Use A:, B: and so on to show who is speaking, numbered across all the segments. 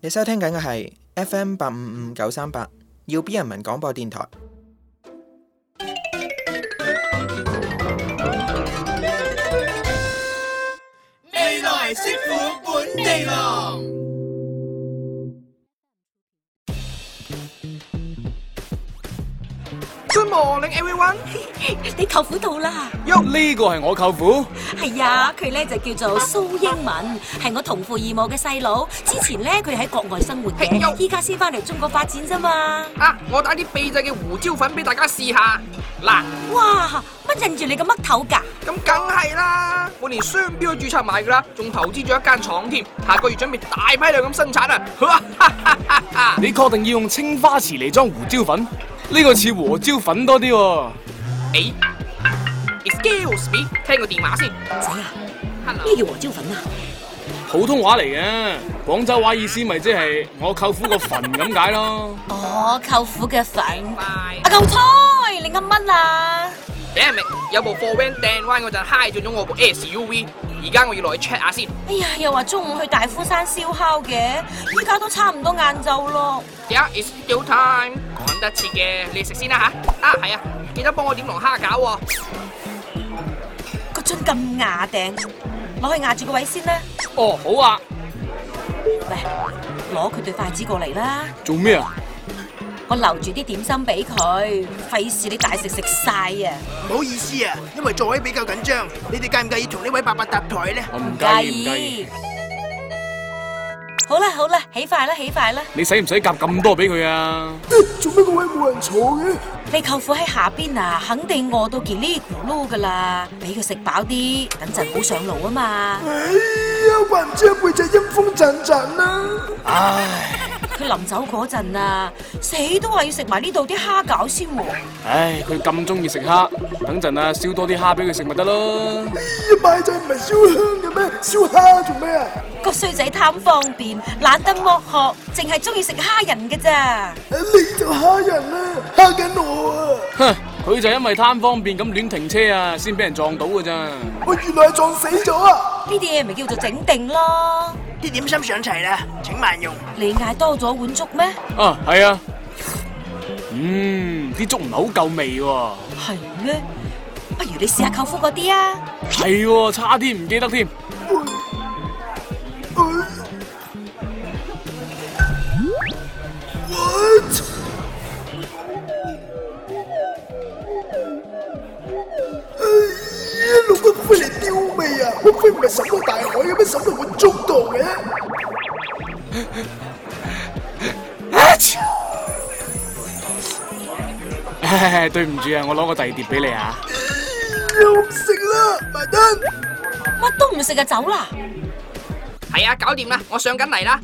A: 你收聽緊嘅係 FM 八五五九三八，耀 B 人民廣播電台。
B: 未來媳婦本地郎，
C: Good morning, everyone。
D: 你舅父到啦，
C: 喲，呢個係我舅父。
D: 係啊，佢咧就叫做蘇英文，係我同父異母嘅細佬。之前咧佢喺國外生活
C: 嘿呦
D: 嘅，依家先翻嚟中國發展啫嘛。
C: 啊，我帶啲秘製嘅胡椒粉俾大家試下。嗱，
D: 哇，乜印住你個嘜頭㗎？
C: 咁梗係啦，我連商標都註冊埋噶啦，仲投資咗一間廠添，下個月準備大批量咁生產啊。
E: 你確定要用青花瓷嚟裝胡椒粉？呢個似和椒粉多啲喎。
C: 誒，excuse me，聽個電話先。
D: 仔啊，
C: Hello，
D: 咩叫和椒粉啊？
E: 普通話嚟嘅，廣州話意思咪即係我舅父個墳咁解咯。
D: 哦，舅父嘅粉。
C: 拜
D: 阿。舅菜，你噏乜啊？
C: 你係咪有部貨 van 掟彎嗰陣嗨中咗我部 SUV？而家我要落去 check 下先。
D: 哎呀，又話中午去大夫山燒烤嘅，依家都差唔多晏晝咯。
C: Yeah, it's still time，趕得切嘅，你食先啦吓。啊，係啊，記得幫我點龍蝦餃喎。
D: 個樽咁牙頂，攞去壓住個位先啦。
E: 哦，好啊。
D: 喂，攞佢對筷子過嚟啦。
E: 做咩啊？
D: 我留住啲點心俾佢，費事你大食食晒啊！
B: 唔好意思啊，因為座位比較緊張，你哋介唔介意同呢位伯伯搭台呢？
E: 我啊唔介意，唔介意。。
D: 好啦好啦，起快啦起快啦！
E: 你使唔使夾咁多俾佢啊？
B: 做咩個位冇人坐嘅？
D: 你舅父喺下邊啊，肯定餓到健呢咕嚕噶啦，俾佢食飽啲，等陣好上路啊嘛！
B: 哎呀，怪唔知阿背脊陰風陣陣啦。
D: 佢臨走嗰陣啊，死都話要食埋呢度啲蝦餃先喎、
E: 唉，佢咁中意食蝦，等陣啊燒多啲蝦俾佢食咪得咯。
B: 呢擺仔唔係燒香嘅咩？燒蝦做咩啊？
D: 個衰仔貪方便，懶得剝殼，淨係中意食蝦仁嘅咋？
B: 你就蝦人啦，蝦緊我啊！
E: 哼，佢就因為貪方便咁亂停車啊，先俾人撞到㗎咋。
B: 我原來係撞死咗啊！
D: 呢啲嘢咪叫做整定咯？
B: 啲點心上齊啦，請慢用。
D: 你嗌多咗碗粥咩？
E: 啊，係啊。嗯，啲粥唔係好夠味喎。
D: 係咩？不如你試下舅父嗰啲啊！
E: 係喎，差啲唔記得添。
B: What？哎呀，老君飛嚟丟味啊！我飛唔係沈到大海嘅咩？沈到碗中度嘅。
E: 唉， 對唔住啊，我攞個第二碟俾你啊。
B: 又唔食啦，埋單。
D: 乜都唔食就走啦！
C: 係啊，搞掂啦，我上緊嚟啦。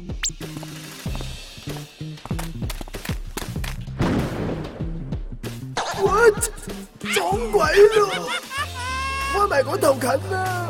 B: What？撞鬼咯！開埋嗰頭近啊！